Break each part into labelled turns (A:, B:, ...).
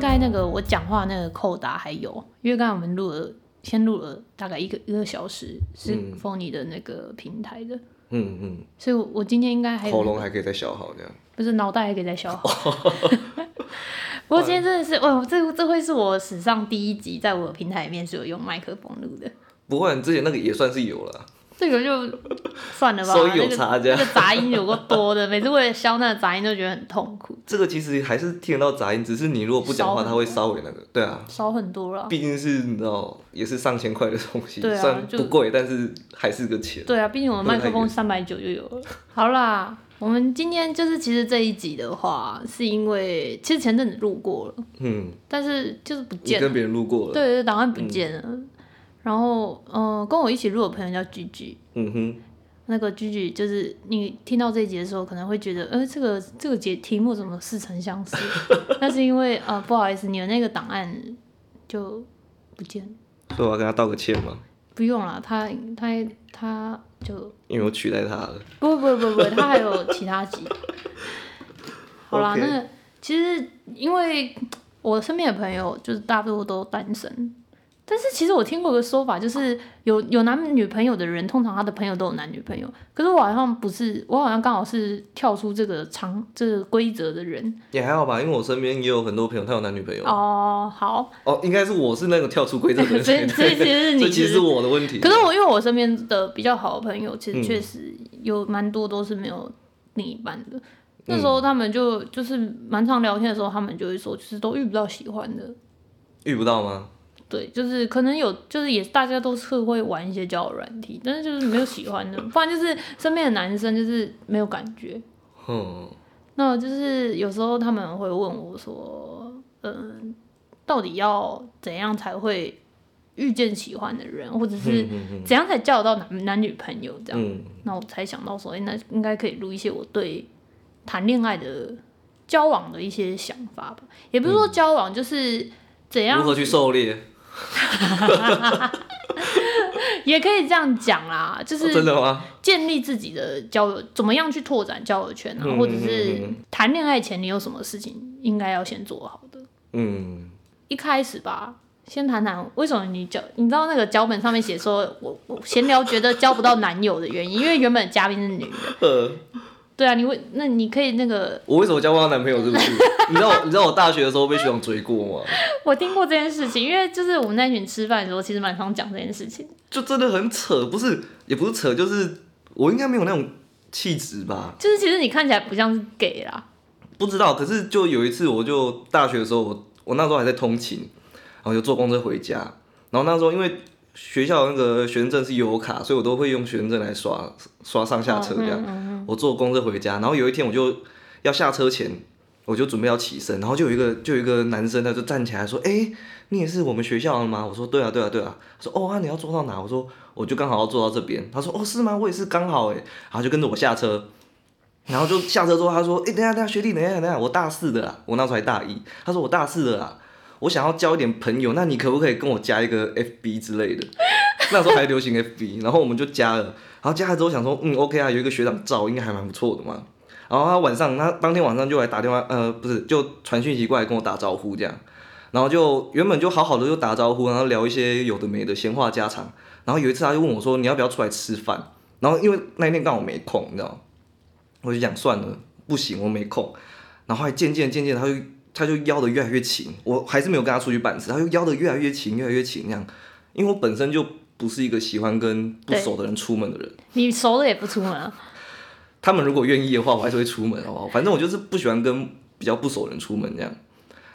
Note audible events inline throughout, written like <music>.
A: 在那个我讲话那个扣打还有，因为刚才我们录了，先录了大概一个一个小时，是 Phony 的那个平台的，
B: 嗯嗯，
A: 所以我我今天应该还
B: 喉
A: 有
B: 咙还可以再消耗这样。
A: 不是脑袋还可以再
B: <laughs>
A: 消耗。 <laughs> 不过今天真的是，哇，这这会是我史上第一集，在我的平台里面是有用麦克风录的，
B: 不过你之前那个也算是有了，
A: 这个就算
B: <laughs>
A: 了吧，
B: 收益有
A: 那个
B: 差这
A: 那
B: 样
A: 个杂音有够多的，每次为了消那个杂音都觉得很痛苦，
B: 这个其实还是听得到杂音，只是你如果不讲
A: 少
B: 话，
A: 很
B: 它会稍微那个。对啊，
A: 少很多了。
B: 毕竟是你知道，也是上千块的东西，
A: 对啊
B: 虽然
A: 就
B: 不贵，但是还是个钱。
A: 对啊，毕竟我们
B: 不能
A: 麦克
B: 太
A: 风
B: 远
A: 三百九就有了。好啦，我们今天就是其实这一集的话，是因为其实前阵子录过了，
B: 嗯，
A: 但是就是不
B: 你
A: 见了，
B: 跟别嗯人路过了，
A: 对对，档案不见了。然后，嗯、跟我一起录的朋友叫 G G，
B: 嗯哼，
A: 那个 G G 就是你听到这一集的时候，可能会觉得，呃，这个这个节题目怎么似曾相识？ <laughs> 那是因为呃，不好意思，你的那个档案就不见了。
B: 所以我要跟他道个歉嘛，
A: 不用了，他他他就
B: 因为我取代他了。
A: 不不不不，他还有其他集。
B: <laughs>
A: 好啦
B: OK
A: 那其实因为我身边的朋友就是大多都单身，但是其实我听过一个说法，就是有有男女朋友的人，通常他的朋友都有男女朋友。可是我好像不是，我好像刚好是跳出这个常这个规则的人。
B: 也还好吧，因为我身边也有很多朋友，他有男女朋友。
A: 哦，好，
B: 哦，应该是我是那个跳出规则
A: <laughs>
B: 的人，
A: 所以所以其实
B: <laughs>
A: 是你
B: 这其
A: 是
B: 实是我的问题。
A: 可是我因为我身边的比较好的朋友，其实
B: 嗯
A: 确实有蛮多都是没有另一半的。那
B: 嗯
A: 时候他们就就是蛮常聊天的时候，他们就会说，就是都遇不到喜欢的。
B: 遇不到吗？
A: 对，就是可能有，就是也大家都是会玩一些交友软体，但是就是没有喜欢
B: <laughs>
A: 的，不然就是身边的男生就是没有感觉。
B: 嗯，
A: 那就是有时候他们会问我说，嗯，到底要怎样才会遇见喜欢的人，或者是
B: 嗯嗯
A: 怎样才交得到男男女朋友这样？
B: 嗯，
A: 那我才想到说，哎、那应该可以录一些我对谈恋爱的交往的一些想法吧。也不是说交往，就是怎
B: 嗯如
A: 样，
B: 何去狩猎？
A: 也可以这样讲啦，就
B: 哦真
A: 是
B: 的吗？
A: 建立自己的交友，怎么样去拓展交友圈啊，
B: 嗯
A: 或者是
B: 嗯嗯
A: 谈恋爱前你有什么事情应该要先做好的。
B: 嗯，
A: 一开始吧，先谈谈为什么你脚，你知道那个脚本上面写说我我闲聊觉得交不到男友的原因，因为原本嘉宾是女的，
B: 呃，
A: 对啊，你会那你可以那个
B: 我为什么交不到男朋友？是不是？你知道我，你知道我大学的时候被学长追过吗？
A: <laughs> 我听过这件事情，因为就是我们那群吃饭的时候，其实蛮常讲这件事情。
B: 就真的很扯，不是，也不是扯，就是我应该没有那种气质吧？
A: 就是其实你看起来不像是 gay 啦，
B: 不知道，可是就有一次，我就大学的时候，我我那时候还在通勤，然后就坐公车回家，然后那时候因为。学校那个学生证是有卡，所以我都会用学生证来刷刷上下
A: 嗯
B: 车这样。我坐公车回家，然后有一天我就要下车前，我就准备要起身，然后就有一个就有一个男生他就站起来说：“哎、你也是我们学校的吗？”我说：“对啊，对啊，对啊。”他说：“哦啊，你要坐到哪？”我说：“我就刚好要坐到这边。”他说：“哦，是吗？我也是刚好哎。”然后就跟着我下车，然后就下车之后他说：“哎、等一下等一下，学弟，等一下等一下，我大四的啦，我那时候还大一。”他说：“我大四的啦，我想要交一点朋友，那你可不可以跟我加一个 FB 之类的？” <laughs> 那时候还流行 FB，然后我们就加了，然后加了之后想说，嗯，OK 啊，有一个学长照应该还蛮不错的嘛。然后他晚上，他当天晚上就来打电话，呃，不是，就传讯息过来跟我打招呼这样。然后就原本就好好的就打招呼，然后聊一些有的没的闲话家常。然后有一次他就问我说：“你要不要出来吃饭？”然后因为那一天刚好没空，你知道吗，我就讲算了，不行，我没空。然后后来渐渐渐渐，他就他就邀的越来越勤，我还是没有跟他出去办事，他就邀的越来越勤，越来越勤那样。因为我本身就不是一个喜欢跟不熟的人出门的人，
A: 你熟了也不出门啊。
B: 他们如果愿意的话，我还是会出门，好不好？反正我就是不喜欢跟比较不熟的人出门这样。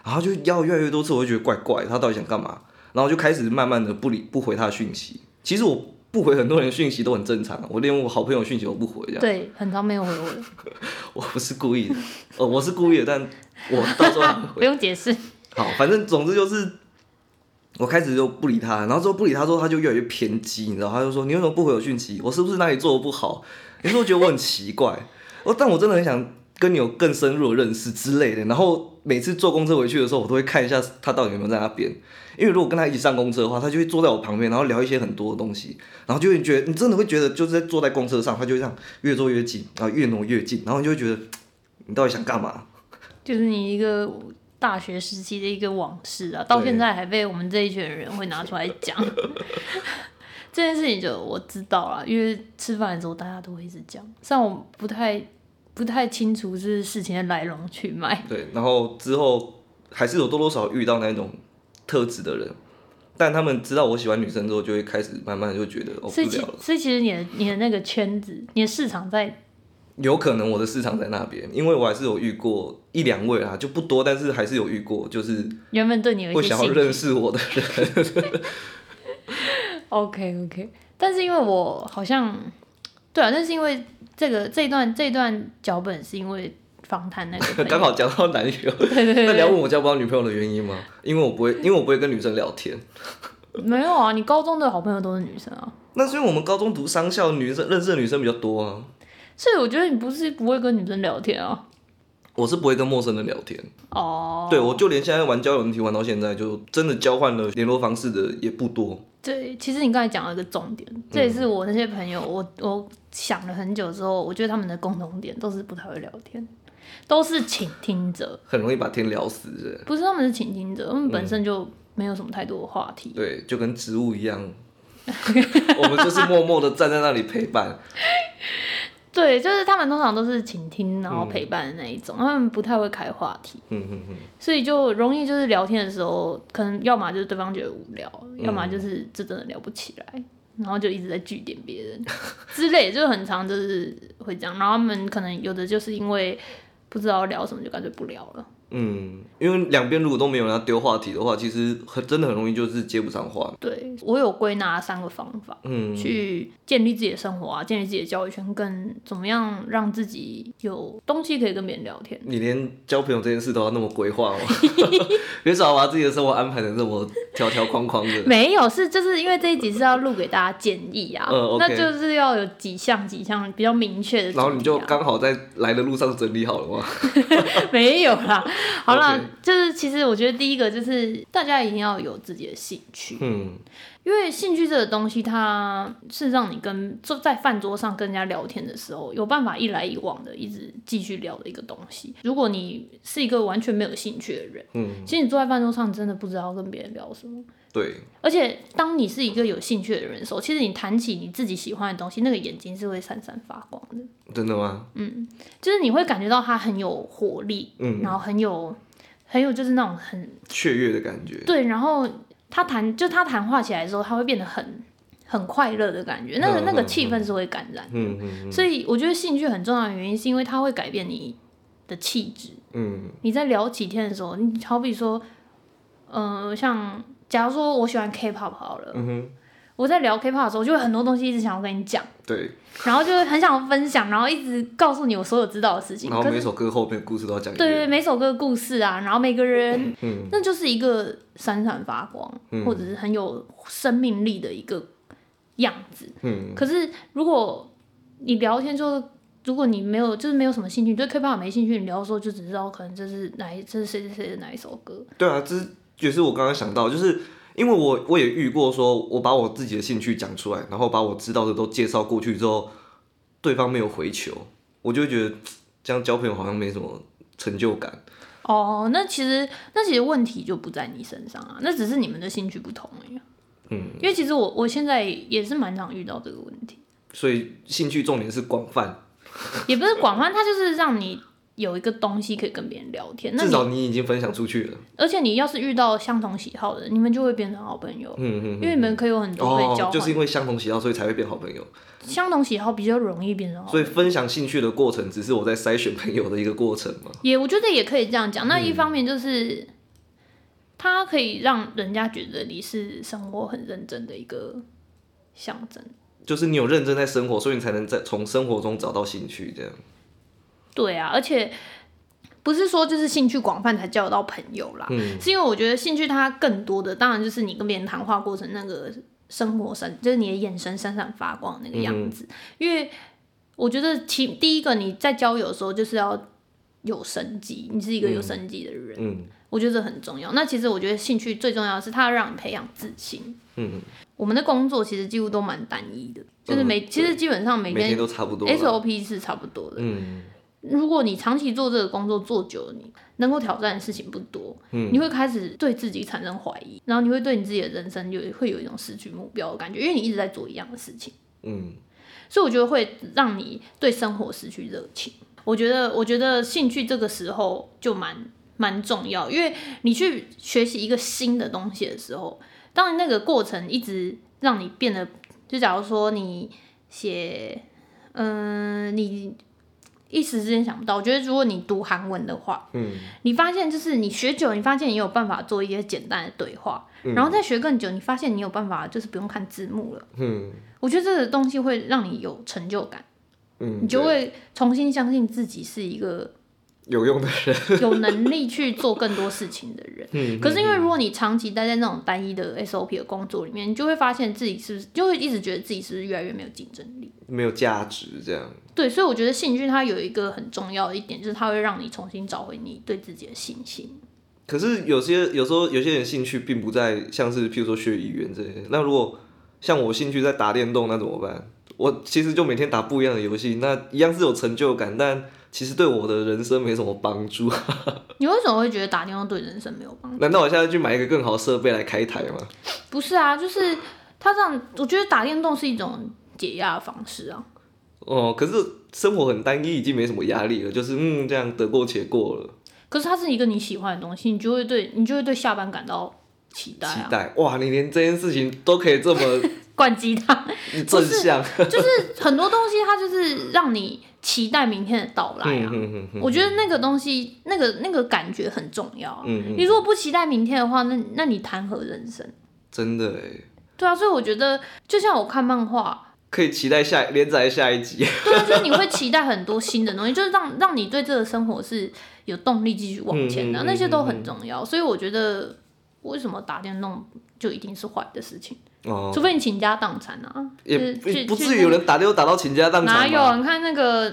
B: 然后就邀越来越多次，我就觉得怪怪，他到底想干嘛？然后就开始慢慢的不理不回他的讯息。其实我不回很多人讯息都很正常，啊我连我好朋友讯息都不回这样。
A: 对，很常没有回我的，
B: 我不是故意的，呃，我是故意的，但我到时候还会
A: 不用解释。
B: 好，反正总之就是，我开始就不理他，然后之后不理他之后，他就越来越偏激，你知道，他就说你为什么不回我讯息？我是不是哪里做的不好？你是不是觉得我很奇怪？ <laughs> 我但我真的很想跟你有更深入的认识之类的。然后每次坐公车回去的时候，我都会看一下他到底有没有在那边，因为如果跟他一起上公车的话，他就会坐在我旁边，然后聊一些很多的东西，然后就会觉得你真的会觉得就是在坐在公车上，他就会这样越坐越近，然后越挪越近，然后你就会觉得你到底想干嘛？
A: 就是你一个大学时期的一个往事啊，到现在还被我们这一群人会拿出来讲。 <laughs> 这件事情就我知道了，因为吃饭的时候大家都会一直讲，虽然我不太不太清楚是事情的来龙去脉。
B: 对，然后之后还是有多多少少遇到那种特质的人，但他们知道我喜欢女生之后，就会开始慢慢就觉得哦不
A: 所以其
B: 聊了。
A: 所以其实你的你的那个圈子，你的市场在
B: 有可能我的市场在那边，因为我还是有遇过一两位啦，就不多，但是还是有遇过，就是
A: 原本对你有一
B: 会
A: 些
B: 想要
A: 兴
B: 认
A: 趣。
B: 识我的人。
A: <laughs> OK OK，但是因为我好像对啊，但是因为这个这一段这一段脚本是因为访谈那个朋友
B: 刚好讲到男友，
A: <laughs> 对对对
B: 那你要
A: 对，
B: 问我交不到女朋友的原因吗？因为我不会，因为我不会跟女生聊天。
A: 没有啊，你高中的好朋友都是女生啊，
B: 那是因为我们高中读商校，女生认识的女生比较多啊。
A: 所以我觉得你不是不会跟女生聊天啊。
B: 我是不会跟陌生人聊天，
A: 哦，
B: 对我就连现在玩交友问题玩到现在，就真的交换了联络方式的也不多。
A: 对，其实你刚才讲了一个重点，这也是我那些朋友，我我想了很久之后，我觉得他们的共同点都是不太会聊天，都是倾听者，
B: 很容易把天聊死的，
A: 不是他们是倾听者，他们本
B: 嗯
A: 身就没有什么太多的话题。
B: 对，就跟植物一样，我们就是默默的站在那里陪伴。
A: 对，就是他们通常都是倾听然后陪伴的那一种，他们不太会开话题，
B: 嗯嗯嗯，
A: 所以就容易就是聊天的时候，可能要么就是对方觉得无聊，要么就是这真的聊不起来。然后就一直在据点别人之类，就很常就是会这样。然后他们可能有的就是因为不知道聊什么，就干脆不聊了。
B: 嗯，因为两边如果都没有人要丢话题的话，其实很真的很容易就是接不上话。
A: 对我有归纳三个方法，
B: 嗯，
A: 去建立自己的生活啊，建立自己的交友圈，跟怎么样让自己有东西可以跟别人聊天。
B: 你连交朋友这件事都要那么规划吗？哦 <laughs> 你少把自己的生活安排成这么条条框
A: <laughs>
B: 框的。
A: 没有，是就是因为这一集是要录给大家建议啊，
B: 嗯，OK
A: 那就是要有几项几项比较明确的主题啊、
B: 然后你就刚好在来的路上整理好了吗？
A: <laughs> 没有啦。好啦
B: OK
A: 就是其实我觉得第一个就是大家一定要有自己的兴趣，
B: 嗯，
A: 因为兴趣这个东西，它是让你跟坐在饭桌上跟人家聊天的时候，有办法一来一往的一直继续聊的一个东西。如果你是一个完全没有兴趣的人，
B: 嗯，
A: 其实你坐在饭桌上真的不知道跟别人聊什么。
B: 对，
A: 而且，当你是一个有兴趣的人的时候，其实你谈起你自己喜欢的东西，那个眼睛是会闪闪发光的，
B: 真的吗？
A: 就是你会感觉到它很有活力，
B: 嗯，
A: 然后很有很有就是那种很
B: 雀跃的感觉。
A: 对，然后他谈就他谈话起来的时候，他会变得很很快乐的感觉，那个
B: 嗯
A: 那个
B: 嗯
A: 气氛是会感染，
B: 嗯嗯
A: 所以我觉得兴趣很重要的原因是因为它会改变你的气质。
B: 嗯
A: 你在聊起天的时候，你好比说，呃，像假如说我喜欢 K-pop 好了，
B: 嗯哼，
A: 我在聊 K-pop 的时候，就会很多东西一直想要跟你讲，
B: 对。
A: 然后就会很想分享，然后一直告诉你我所有知道的事情。
B: 然后
A: 可
B: 每
A: 是
B: 首歌后面的故事都要讲一
A: 对
B: 遍。
A: 对，每首歌的故事啊，然后每个人，
B: 嗯
A: 那就是一个闪闪发光，
B: 嗯
A: 或者是很有生命力的一个样子。
B: 嗯
A: 可是如果你聊天就是。如果你没有，就是没有什么兴趣，你对 K-pop 没兴趣，你聊的时候就只知道可能这是哪一，这是谁谁谁的哪一首歌，
B: 对啊，这是也是我刚刚想到，就是因为我我也遇过说，我把我自己的兴趣讲出来，然后把我知道的都介绍过去之后，对方没有回球，我就会觉得嘖这样交朋友好像没什么成就感。
A: 哦，那其实那其实问题就不在你身上啊，那只是你们的兴趣不同而已啊。
B: 嗯，
A: 因为其实我我现在也是蛮常遇到这个问题，
B: 所以兴趣重点是广泛，
A: 也不是广泛，它就是让你有一个东西可以跟别人聊天。那
B: 至
A: 你
B: 少你已经分享出去了。
A: 而且你要是遇到相同喜好的，你们就会变成好朋友，
B: 嗯嗯
A: 因为你们可以有很多可以
B: 哦
A: 交，换。
B: 就是因为相同喜好，所以才会变好朋友。
A: 相同喜好比较容易变成好朋
B: 所
A: 友。
B: 以分享兴趣的过程，只是我在筛选朋友的一个过程嘛。
A: 也我觉得也可以这样讲。那
B: 嗯
A: 一方面就是，它可以让人家觉得你是生活很认真的一个象征。
B: 就是你有认真在生活，所以你才能在从生活中找到兴趣。这样，
A: 对啊，而且不是说就是兴趣广泛才交得到朋友啦，
B: 嗯
A: 是因为我觉得兴趣它更多的当然就是你跟别人谈话过程那个生活闪，就是你的眼神闪闪发光那个样子。因为我觉得其第一个你在交友的时候就是要有生机，你是一个有生机的人，
B: 嗯
A: 我觉得这很重要。那其实我觉得兴趣最重要的是它让你培养自信。
B: 嗯，
A: 我们的工作其实几乎都蛮单一的，就是每、其实基本上每哎
B: 每天
A: 天
B: 都差不多啦。
A: SOP 是差不多的。
B: 嗯
A: 如果你长期做这个工作做久了，你能够挑战的事情不多，
B: 嗯
A: 你会开始对自己产生怀疑，然后你会对你自己的人生有会有一种失去目标的感觉，因为你一直在做一样的事情，
B: 嗯，
A: 所以我觉得会让你对生活失去热情。我觉得，我觉得兴趣这个时候就蛮蛮重要，因为你去学习一个新的东西的时候，当你那个过程一直让你变得，就假如说你写，嗯、你一时之间想不到。我觉得如果你读韩文的话，
B: 嗯，
A: 你发现就是你学久，你发现你有办法做一些简单的对话，然后再学更久，你发现你有办法就是不用看字幕了。
B: 嗯
A: 我觉得这个东西会让你有成就感，
B: 嗯，
A: 你就
B: 对
A: 会重新相信自己是一个
B: <laughs> 有用的人，
A: 有能力去做更多事情的人。
B: 嗯
A: 可是因为如果你长期待在那种单一的 SOP 的工作里面，你就会发现自己是不是就会一直觉得自己是不是越来越没有竞争力。
B: 没有价值这样，
A: 对，所以我觉得兴趣它有一个很重要的一点，就是它会让你重新找回你对自己的信心。
B: 可是有些有时候有些人兴趣并不在像是譬如说学语言这些，那如果像我兴趣在打电动，那怎么办？我其实就每天打不一样的游戏，那一样是有成就感，但其实对我的人生没什么帮助。 <laughs>
A: 你为什么会觉得打电动对人生没有帮助？
B: 难道我现在去买一个更好的设备来开台吗？
A: 不是啊，就是它让我觉得打电动是一种解压的方式啊。
B: 哦，可是生活很单一，已经没什么压力了，就是嗯，这样得过且过了。
A: 可是它是一个你喜欢的东西，你就会对你就会对下班感到期待
B: 期
A: 啊。
B: 待哇，你连这件事情都可以这么
A: 灌鸡汤。
B: 正向，
A: 就是很多东西，它就是让你期待明天的到来
B: 嗯
A: 啊。
B: 嗯嗯
A: 我觉得那个东西，那个那个感觉很重要啊。
B: 嗯
A: 你如果不期待明天的话，那那你谈何人生？
B: 真的哎，
A: 对啊，所以我觉得，就像我看漫
B: <laughs>
A: 画，
B: 可以期待下连载下一集。
A: 对啊，就是你会期待很多新的东西，就是让让你对这个生活是有动力继续往前的啊，
B: 嗯嗯嗯
A: 那些都很重要。所以我觉得，为什么打电动就一定是坏的事情？
B: 哦，
A: 除非你倾家荡产啊，
B: 也
A: 就是去
B: 不不
A: 去
B: 至于
A: 那
B: 有人打六打到倾家荡
A: 哪
B: 产
A: 有？
B: 吧？
A: 你看那个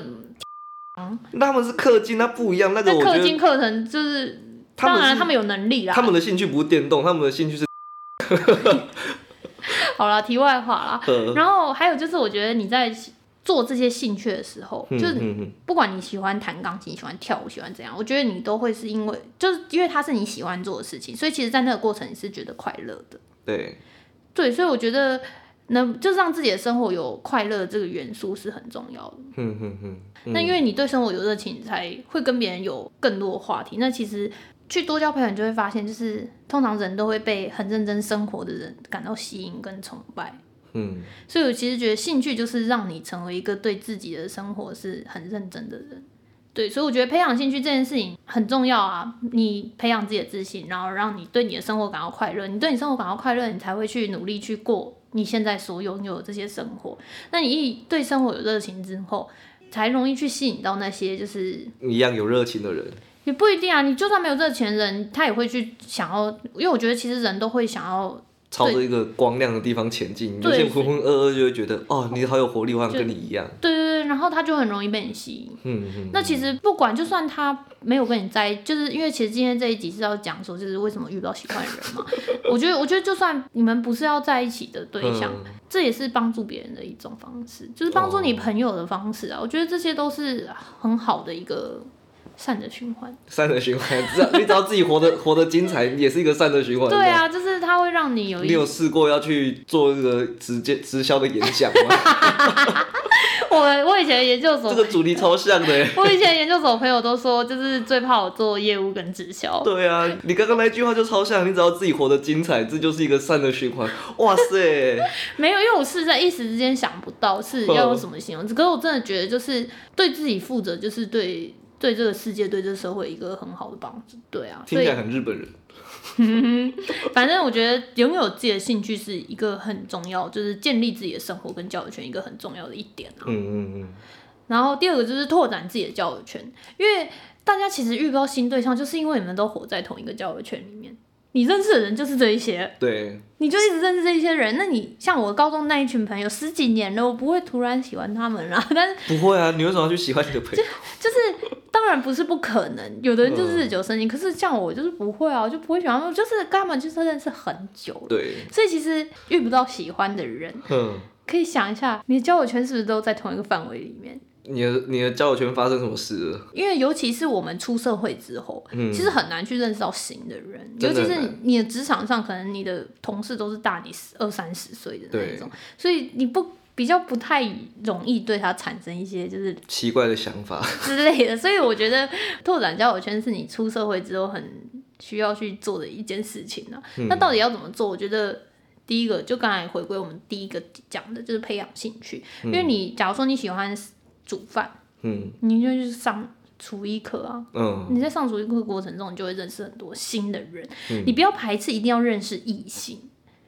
B: 那他们是氪金，那不一样。那个
A: 那
B: 我
A: 氪
B: 觉
A: 金
B: 得
A: 课程就是，
B: 他
A: 当
B: 们
A: 然
B: 是
A: 他们有能力啦。
B: 他们的兴趣不是电动，他们的兴趣是
A: <laughs> 好啦，题外话啦。
B: 呃，
A: 然后还有就是，我觉得你在做这些兴趣的时候，
B: 嗯
A: 就是
B: 嗯嗯
A: 不管你喜欢弹钢琴、喜欢跳舞、喜欢怎样，我觉得你都会是因为，就是因为它是你喜欢做的事情，所以其实，在那个过程你是觉得快乐的。
B: 对，
A: 对，所以我觉得能就是让自己的生活有快乐这个元素是很重要的。
B: 嗯嗯嗯，
A: 那因为你对生活有热情，你才会跟别人有更多的话题。那其实去多交朋友，你就会发现，就是通常人都会被很认真生活的人感到吸引跟崇拜。
B: 嗯，
A: 所以我其实觉得兴趣就是让你成为一个对自己的生活是很认真的人。对，所以我觉得培养兴趣这件事情很重要啊。你培养自己的自信，然后让你对你的生活感到快乐。你对你生活感到快乐，你才会去努力去过你现在所拥有的这些生活。那你一对生活有热情之后，才容易去吸引到那些就是
B: 一样有热情的人，
A: 也不一定啊。你就算没有热情的人，他也会去想要，因为我觉得其实人都会想要
B: 朝着一个光亮的地方前进。有
A: 对
B: 些浑浑噩噩就会觉得，哦，你好有活力，我想跟你一样。
A: 对对对，然后他就很容易被你吸引。
B: 嗯嗯，
A: 那其实不管，就算他没有跟你在，就是因为其实今天这一集是要讲说，就是为什么遇不到喜欢的人嘛。我觉得，我觉得就算你们不是要在一起的对象，
B: 嗯哦
A: 这也是帮助别人的一种方式，就是帮助你朋友的方式啊。我觉得这些都是很好的一个善的循环。
B: 善的循环，只要 <laughs> 你只要自己活得活得精彩，也是一个善的循环。
A: 对啊，就是它会让你有
B: 你
A: 一，
B: 有试过要去做这个直接直销的演讲
A: <laughs>
B: 吗？
A: 我我以前研究所
B: 这，个主题超像的
A: <laughs>
B: 耶。
A: 我以前研究所朋友都说，就是最怕我做业务跟直销。
B: 对啊，你刚刚那句话就超像，你只要自己活得精彩，这就是一个善的循环。哇
A: <laughs>
B: 塞，
A: 没有，因为我是在一时之间想不到是要
B: 嗯
A: 用什么形容词。可是我真的觉得，就是对自己负责，就是对对这个世界、对这个社会一个很好的帮助。对啊，
B: 听
A: 所
B: 起
A: 以
B: 来很日本人。
A: 反正我觉得拥有自己的兴趣是一个很重要，就是建立自己的生活跟交友圈一个很重要的一点啊。
B: 嗯嗯嗯，
A: 然后第二个就是拓展自己的交友圈，因为大家其实遇不到新对象，就是因为你们都活在同一个交友圈里面，你认识的人就是这一些。
B: 对，
A: 你就一直认识这些人，那你像我高中那一群朋友，十几年了，我不会突然喜欢他们啦。 <laughs> 但是
B: 不会啊，你为什么要去喜欢你
A: <laughs>
B: 的朋友？
A: 就是当然不是不可能，有的人就是日久生情，可是像我就是不会啊，我就不会喜欢他们，我就是跟他们就是认识很久了。
B: 对，
A: 所以其实遇不到喜欢的人，
B: 嗯，
A: 可以想一下，你的交友圈是不是都在同一个范围里面？
B: 你的你的交友圈发生什么事了？嗯
A: 因为尤其是我们出社会之后，其实很难去认识到新的人，
B: 真
A: 尤
B: 的
A: 其
B: 很
A: 是
B: 难
A: 你的职场上，可能你的同事都是大你十二三十岁的那
B: 对
A: 种，所以你不比较不太容易对他产生一些就是 <laughs>
B: 奇怪的想法，
A: 之类的。所以我觉得拓展交友圈是你出社会之后很需要去做的一件事情啊。
B: 嗯
A: 那到底要怎么做？我觉得。第一个就刚才回归我们第一个讲的，就是培养兴趣。因为你假如说你喜欢煮饭，
B: 嗯
A: 你就去上厨艺课啊。
B: 嗯，
A: 你在上厨艺课过程中，你就会认识很多新的人。
B: 嗯
A: 你不要排斥，一定要认识异性，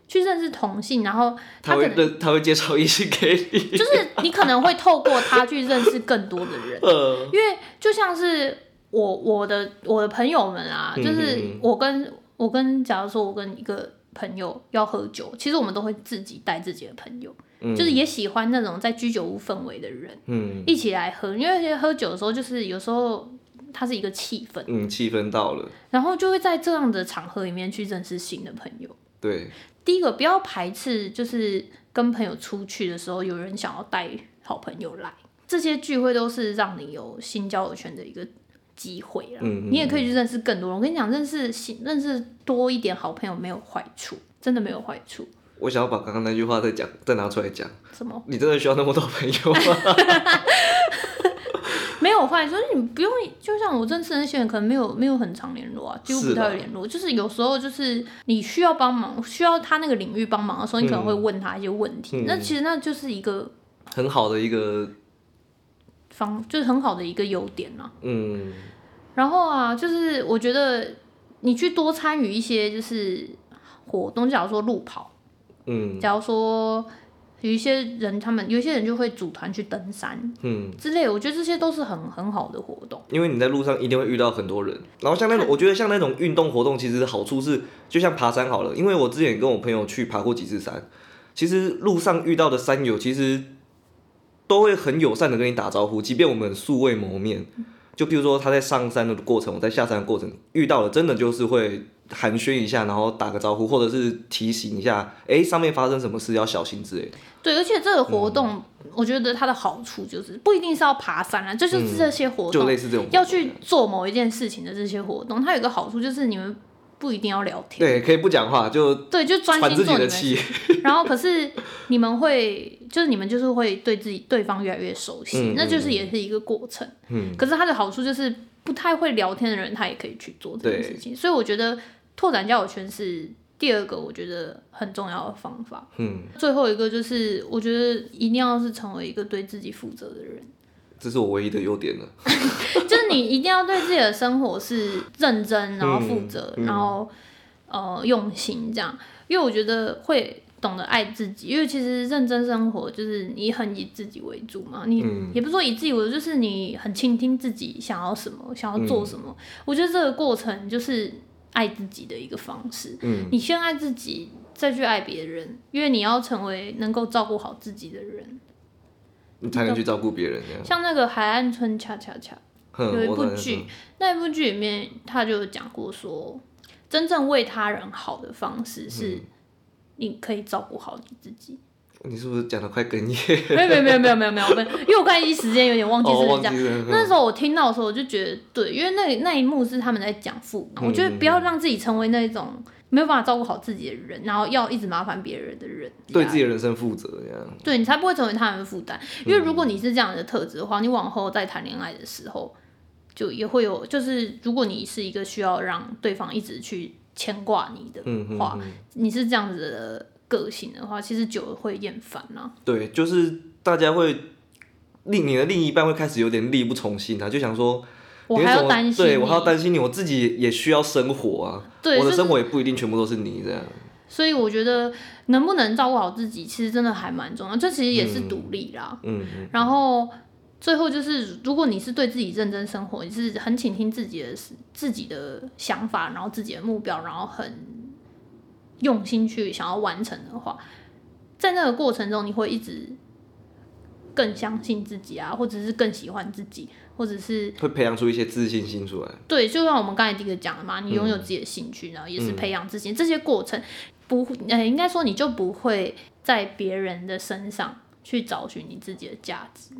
A: 去认识同性，然后
B: 他
A: 可
B: 会
A: 能
B: 认他会介绍异性
A: <laughs>
B: 给
A: 就
B: 你，
A: 是你可能会透过他去认识更多的人。
B: 呃，
A: 因为就像是我我的我的朋友们啊，
B: 嗯
A: 就是
B: 嗯嗯
A: 我跟我跟假如说我跟一个朋友要喝酒，其实我们都会自己带自己的朋友，就是也喜欢那种在居酒屋氛围的人
B: 嗯
A: 一起来喝，因为喝酒的时候就是有时候它是一个气氛，
B: 嗯，气氛到了，
A: 然后就会在这样的场合里面去认识新的朋友。
B: 对，
A: 第一个不要排斥，就是跟朋友出去的时候，有人想要带好朋友来，这些聚会都是让你有新交友圈的一个机会啦。
B: 嗯
A: 啊
B: 嗯
A: 你也可以去认识更多人。我跟你讲，认识新认识多一点好朋友没有坏处，真的没有坏处。
B: 我想要把刚刚那句话再讲，再拿出来讲，
A: 什么
B: 你真的需要那么多朋友 <laughs> 吗？
A: 没有坏处？你不用，就像我认识的那些人，可能没有没有很常联络啊，几乎
B: 是
A: 不太
B: 啦
A: 会联络。就是有时候就是你需要帮忙，需要他那个领域帮忙的时候，你可能会问他一些问题。
B: 嗯
A: 那其实那就是一个
B: 很好的一个，
A: 方，就是很好的一个优点啊。
B: 嗯
A: 然后啊，就是我觉得你去多参与一些就是活动，假如说路跑，
B: 嗯
A: 假如说有一些人他们有一些人就会组团去登山
B: 嗯，
A: 之类的，我觉得这些都是很很好的活动。
B: 因为你在路上一定会遇到很多人，然后像那
A: 嗯
B: 种，我觉得像那种运动活动，其实好处是，就像爬山好了，因为我之前也跟我朋友去爬过几次山，其实路上遇到的山友其实都会很友善的跟你打招呼，即便我们素未谋面，
A: 嗯
B: 就譬如说他在上山的过程，我在下山的过程遇到了，真的就是会寒暄一下，然后打个招呼，或者是提醒一下，哎、上面发生什么事要小心之类的。
A: 对，而且这个
B: 嗯
A: 活动，我觉得它的好处就是不一定是要爬山啊，这就是这些活
B: 嗯就
A: 动、
B: 类似这种活动
A: 要去做某一件事情的这些活动，它有一个好处就是你们不一定要聊天，
B: 对，可以不讲话，就
A: 对，就专
B: 喘
A: 心
B: 自
A: 做
B: 己
A: 你们
B: 的气。
A: <laughs> 然后可是你们会，就是你们就是会对自己对方越来越熟悉，
B: 嗯
A: 那就是也是一个过程。
B: 嗯，
A: 可是它的好处就是，不太会聊天的人他也可以去做这件事情，所以我觉得拓展交友圈是第二个我觉得很重要的方法。
B: 嗯，
A: 最后一个就是，我觉得一定要是成为一个对自己负责的人，
B: 这是我唯一的优点了。
A: <laughs> 就是你一定要对自己的生活是认真，然后负责，
B: 嗯嗯
A: 然后呃用心这样。因为我觉得会懂得爱自己，因为其实认真生活就是你很以自己为主嘛，你、
B: 嗯
A: 也不是说以自己为主，就是你很倾听自己想要什么，想要做什么。
B: 嗯
A: 我觉得这个过程就是爱自己的一个方式。
B: 嗯
A: 你先爱自己，再去爱别人，因为你要成为能够照顾好自己的人。
B: 你才能去照顾别人这样。
A: 像那个海岸村恰恰恰。
B: 哼
A: 有一
B: 嗯我
A: 部
B: 懂
A: 剧
B: 你
A: 那一部剧里面，他就有讲过说，真正为他人好的方式
B: 嗯
A: 是，你可以照顾好你自己。 <laughs>
B: 你是不是讲的快哽咽？
A: 没有没有没有没有没有没有，没有因为我刚才一时间有点忘记是
B: 哦，
A: 不是
B: 忘
A: 这
B: 记
A: 样。
B: 了。
A: <laughs> 那时候我听到的时候，我就觉得对，因为那那一幕是他们在讲父母，
B: 嗯
A: 我觉得不要让自己成为那种没有办法照顾好自己的人，然后要一直麻烦别人的人，
B: 对自己的人生负责这样。
A: 对你才不会成为他人的负担。因为如
B: 嗯
A: 果你是这样的特质的话，你往后再谈恋爱的时候，就也会有，就是如果你是一个需要让对方一直去牵挂你的
B: 嗯
A: 话，
B: 嗯，
A: 你是这样子的个性的话，其实久了会厌烦啊啦。
B: 对，就是大家会另你的另一半会开始有点力不从心啊，就想说。
A: 我
B: 你为
A: 还
B: 什
A: 要
B: 么
A: 担心你，
B: 对我还要担心你，我自己也需要生活啊。
A: 对
B: 我的
A: 就是
B: 生活也不一定全部都是你这样。
A: 所以我觉得能不能照顾好自己，其实真的还蛮重要。这其实也是独立啦。
B: 嗯嗯
A: 然后最后就是，如果你是对自己认真生活，你是很倾听自己的自己的想法，然后自己的目标，然后很用心去想要完成的话，在那个过程中，你会一直更相信自己啊，或者是更喜欢自己，或者是
B: 会培养出一些自信心出来。
A: 对，就像我们刚才第一个讲的嘛，你拥有自己的兴趣，然后也是培养自己、这些过程，不会，呃，应该说你就不会在别人的身上去找寻你自己的价值，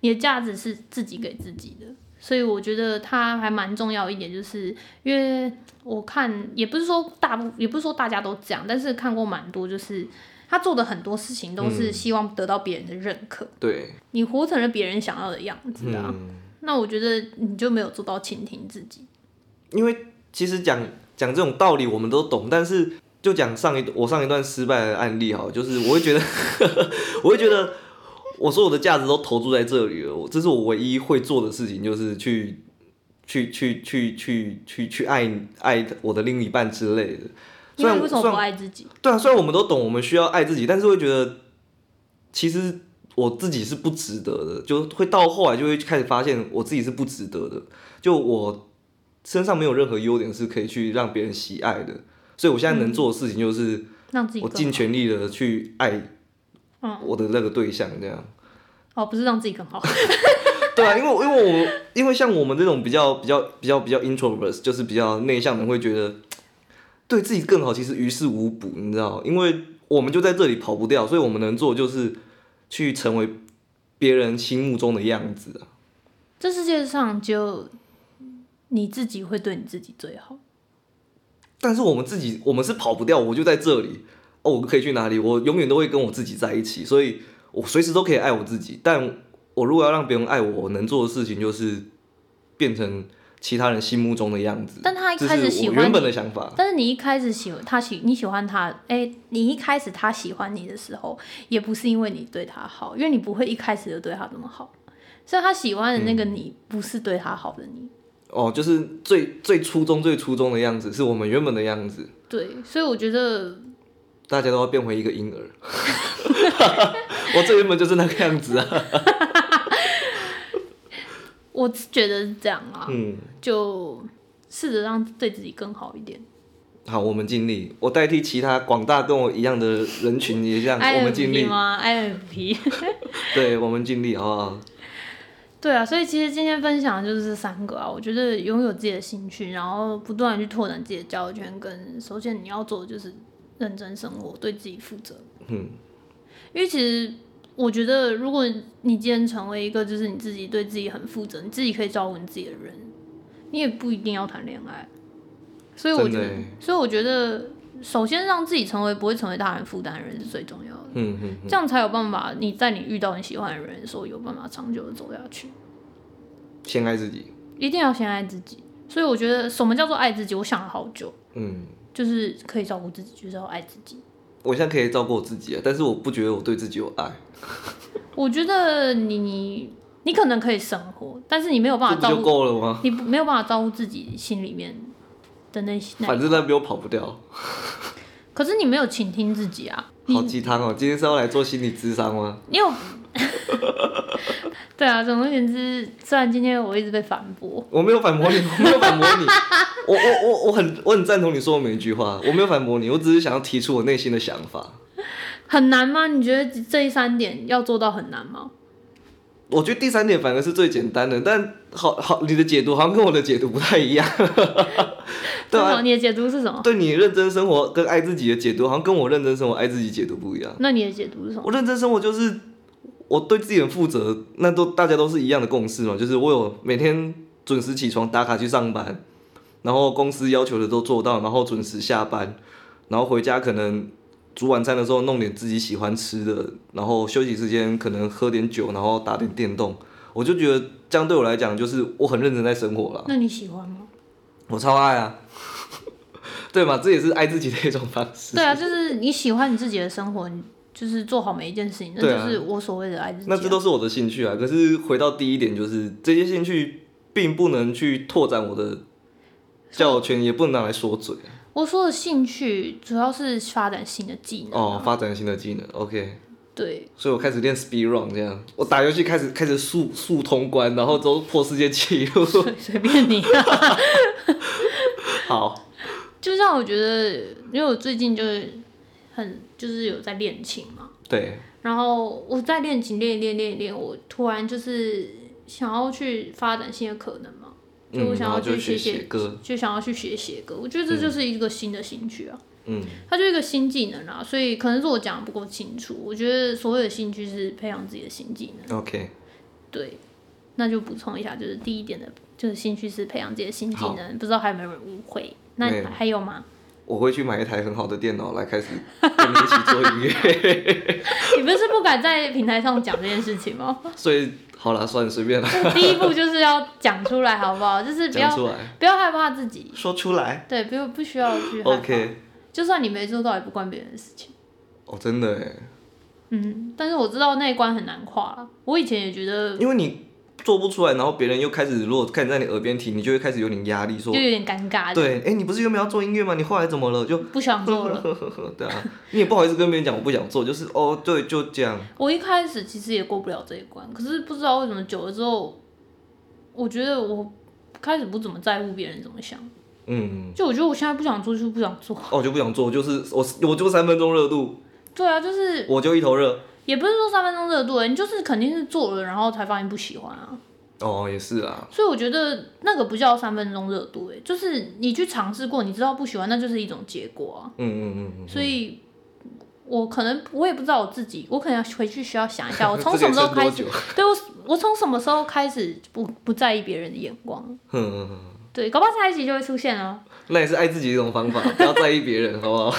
A: 你的价值是自己给自己的。所以我觉得它还蛮重要一点，就是因为我看也不是说大部，也不是说大家都这样，但是看过蛮多，就是他做的很多事情都是希望得到别人的认可，
B: 对，
A: 你活成了别人想要的样子啊。
B: 嗯，
A: 那我觉得你就没有做到倾听自己。
B: 因为其实讲讲这种道理我们都懂，但是就讲上一我上一段失败的案例哈，就是我会觉得， <laughs> 我会觉得我所有的价值都投注在这里了，我这是我唯一会做的事情，就是去去去去去去去爱爱我的另一半之类的。虽
A: 因
B: 然
A: 为为什
B: 虽
A: 么
B: 然
A: 不爱自己？
B: 对啊，虽然我们都懂我们需要爱自己，但是会觉得其实我自己是不值得的，就会到后来就会开始发现我自己是不值得的，就我身上没有任何优点是可以去让别人喜爱的，所以我现在能做的事情就是
A: 让嗯自己嗯
B: 我
A: 更
B: 尽全力的去爱我的那个对象，这样。
A: 哦，不是让自己更好。 <laughs>
B: <laughs> 对啊，因为因为我因为像我们这种比较比较比较比较 introvert，就是比较内向的人，会觉得对自己更好，其实于事无补，你知道？因为我们就在这里跑不掉，所以我们能做就是去成为别人心目中的样子啊。
A: 这世界上只有你自己会对你自己最好。
B: 啊但是我们自己，我们是跑不掉，我就在这里哦，我可以去哪里？我永远都会跟我自己在一起，所以我随时都可以爱我自己。但我如果要让别人爱我，我能做的事情就是变成其他人心目中的样子。
A: 但他一
B: 这
A: 开始
B: 是
A: 喜
B: 我
A: 欢
B: 原
A: 你
B: 本，的想法。
A: 但是你一开始喜欢他喜你喜欢他，哎、你一开始他喜欢你的时候，也不是因为你对他好，因为你不会一开始就对他这么好，所以他喜欢的那
B: 嗯
A: 个你不是对他好的你。
B: 哦，就是最最初衷、最初衷的样子，是我们原本的样子，
A: 对，所以我觉得
B: 大家都要变回一个婴儿。 <laughs> 我最原本就是那个样子
A: <laughs>
B: 啊。
A: 我觉得是这样啊，
B: 嗯，
A: 就试着让对自己更好一点。
B: 好，我们尽力。我代替其他广大跟我一样的人群也这样，我们尽
A: INFP
B: 力。
A: 吗？INFP。
B: <laughs> 对，我们尽力，好不好？
A: 对啊，所以其实今天分享的就是这三个啊，我觉得拥有自己的兴趣，然后不断地去拓展自己的交友圈，跟首先你要做的就是认真生活，对自己负责。
B: 嗯，
A: 因为其实我觉得，如果你今天成为一个就是你自己对自己很负责，你自己可以照顾你自己的人，你也不一定要谈恋爱。所以我觉得
B: 真的欸，
A: 所以我觉得，首先让自己成为不会成为大人负担的人是最重要的。
B: 嗯嗯嗯，
A: 这样才有办法，你在你遇到你喜欢的人的时候，有办法长久的走下去。
B: 先爱自己。
A: 一定要先爱自己。所以我觉得什么叫做爱自己，我想了好久，
B: 嗯，
A: 就是可以照顾自己，就是要爱自己。
B: 我现在可以照顾我自己啊，但是我不觉得我对自己有爱，
A: 我觉得你你你可能可以生活，但是你没有办
B: 这
A: 法
B: 不
A: 照
B: 就
A: 顾，
B: 够了吗？
A: 你不没有办法照顾自己心里面的那些。
B: 反正那边我跑不掉。
A: 可是你没有倾听自己啊，
B: 好鸡汤哦！今天是要来做心理智商吗？
A: 你
B: <laughs>
A: 有。对啊，总而言之，虽然今天我一直被反驳，
B: 我没有反驳你， <laughs> 我没有反驳你，我我我我很我很赞同你说的每一句话，我没有反驳你，我只是想要提出我内心的想法。
A: 很难吗？你觉得这三点要做到很难吗？
B: 我觉得第三点反而是最简单的，但好好你的解读好像跟我的解读不太一样， <laughs> 对
A: 真
B: 啊
A: 的，你的解读是什么？
B: 对你认真生活跟爱自己的解读好像跟我认真生活爱自己解读不一样。
A: 那你的解读是什么？
B: 我认真生活就是我对自己很负责，那都大家都是一样的共识嘛，就是我有每天准时起床打卡去上班，然后公司要求的都做到，然后准时下班，然后回家可能煮晚餐的时候弄点自己喜欢吃的，然后休息时间可能喝点酒，然后打点电动，我就觉得这样对我来讲就是我很认真在生活了，
A: 那你喜欢吗？
B: 我超爱啊， <laughs> 对嘛，这也是爱自己的一种方式。
A: 对啊，就是你喜欢你自己的生活，你就是做好每一件事情，那
B: 对啊
A: 就是我所谓的爱自己啊、
B: 那这都是我的兴趣啊。可是回到第一点，就是这些兴趣并不能去拓展我的交友圈，也不能拿来说嘴
A: 我说的兴趣主要是发展新的技能啊、
B: 哦，发展新的技能。OK，
A: 对， <laughs>
B: 所以我开始练 speed run 这样，我打游戏开始开始速速通关，然后都破世界纪录。 <laughs>
A: 随随便你、啊。 <laughs>
B: 好，
A: 就像我觉得，因为我最近就是很就是有在练琴嘛，
B: 对，
A: 然后我在练琴练一练练一练，我突然就是想要去发展新的可能嘛，就我
B: 嗯，
A: 想
B: 然
A: 要
B: 后
A: 去
B: 就学
A: 写
B: 写嗯歌，
A: 就想要去学写歌，我觉得这就是一个新的兴趣啊。
B: 嗯，
A: 它就是一个新技能啊，所以可能是我讲的不够清楚。我觉得所有的兴趣是培养自己的新技能，
B: OK，
A: 对，那就补充一下，就是第一点的，就是兴趣是培养自己的新技能，不知道还有没有人误会？那
B: 没有
A: 还有吗？
B: 我会去买一台很好的电脑来开始跟你一起做音
A: <laughs>
B: 乐，
A: 你不是不敢在平台上讲这件事情
B: <laughs>
A: 吗？
B: 所以好啦，算了，随便啦，
A: 第一步就是要讲出来，好不好？就是不
B: 讲
A: 要
B: 出来，
A: 不要害怕自己，
B: 说出来
A: 对，不用不需要去害怕。
B: ，OK，
A: 就算你没做到，也不关别人的事情。
B: 哦，真的哎，
A: 嗯，但是我知道那一关很难跨。我以前也觉得
B: 因为你做不出来，然后别人又开始如果看在你耳边提，你就会开始有点压力，
A: 就
B: 说，
A: 有点尴尬，
B: 对，哎，你不是原本要做音乐吗？你后来怎么了？
A: <laughs>
B: 就
A: 不想做了。
B: 呵呵呵，对啊，你也不好意思跟别人讲我不想做，就是哦，对，就这样，
A: 我一开始其实也过不了这一关，可是不知道为什么久了之后，我觉得我开始不怎么在乎别人怎么想。
B: 嗯，
A: 就我觉得我现在不想做就不想做。
B: 哦，我就不想做，就是我我就三分钟热度，
A: 对啊，就是
B: 我就一头热，
A: 也不是说三分钟热度、欸，你就是肯定是做了，然后才发现不喜欢啊。
B: 哦，也是啊，
A: 所以我觉得那个不叫三分钟热度、欸，就是你去尝试过，你知道不喜欢，那就是一种结果啊。
B: 嗯嗯嗯嗯。
A: 所以，我可能我也不知道我自己，我可能要回去需要想一下，我哦
B: <laughs>
A: 从
B: 这
A: 什
B: 个
A: 么时候
B: 撑
A: 开
B: 多
A: 始？
B: 久？
A: 对我，我从什么时候开始不不在意别人的眼光？
B: 嗯嗯嗯，
A: 对，搞不好下一集就会出现哦。
B: 那也是爱自己的一种方法，不要在意别人，好不 <laughs> 好？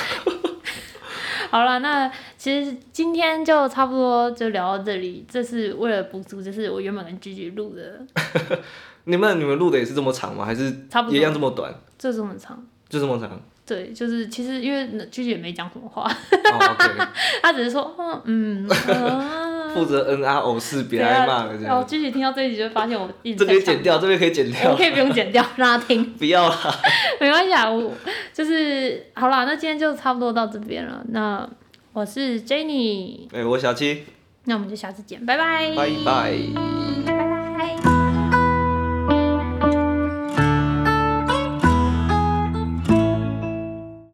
A: 好了，那其实今天就差不多就聊到这里。这是为了补足，就是我原本跟 G G 录的，
B: 你们你们录的也是这么长吗？还是
A: 差不多
B: 一样这么短？
A: 这这么长。
B: 就这么长？哦
A: 对，就是其实因为 G G 也没讲什么话， <laughs>
B: ，OK，
A: 他只是说，嗯嗯，呃
B: 负责 N R 偶是， <laughs> 别挨骂了这
A: 然后
B: 样。
A: G G 听到这一集就会发现我一
B: 这
A: 直在
B: 边
A: 啊讲
B: 剪，掉，这边可以剪
A: 我
B: 掉，
A: 可以不用剪掉，让他听。 <laughs>
B: 不要啦。
A: 没关系啊，我就是好啦，那今天就差不多到这边了。那我是 Jenny，
B: 哎，我小七，
A: 那我们就下次见，拜拜，
B: 拜拜。